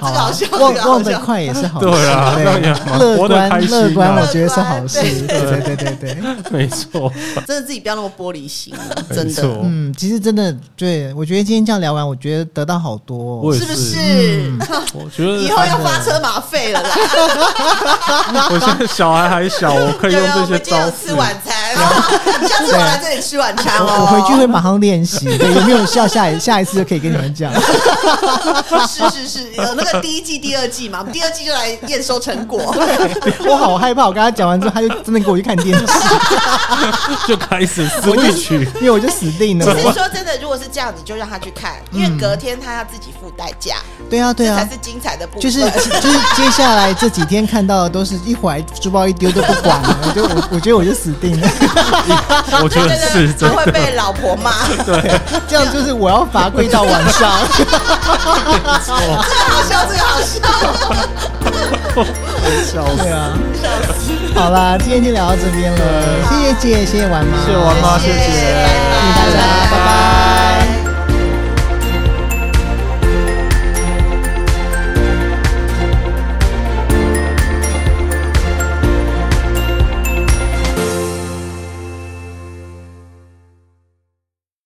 好笑忘这个啊好忘得笑快也是好事，对啊对这样也好乐活得开观心啊乐观，我觉得是好事，乐对对对对对，没错，真的自己不要那么玻璃心啊，没 真的。错，嗯，其实真的，对我觉得今天这样聊完，我觉得得到好多、我哦，也是不是？我觉得以后要发车马费了啦！我现在小孩还小，我可以 对用啊，这我些们今天招有式吃。晚餐， 下次我来这里吃晚餐我哦。我回去会马上练习，对，有没有效？下一下一次就可以跟你们讲。是是是，有那个第一季、第二季嘛，我们第二季就来验收成果。 我好害怕，我跟他讲完之后，他就真的给我去看电视，就开始 switch，因为我就死 定了其。实我说 真的，如果是这样，你就让他去看，因为隔天他要自己付代价，对啊，嗯对这才啊，是精彩的部分。就是就是接下来这几天看到的都是一会儿书包一丢就不管了，我就我我觉得我就死定了。 我觉得是他真会的。被老婆骂。 这样就是我要罚跪到晚上。这个好笑，这个好笑。对啊，好啦，今天就聊到这边了，谢谢姐，谢谢婉妈，谢谢婉妈谢谢谢谢大家，拜拜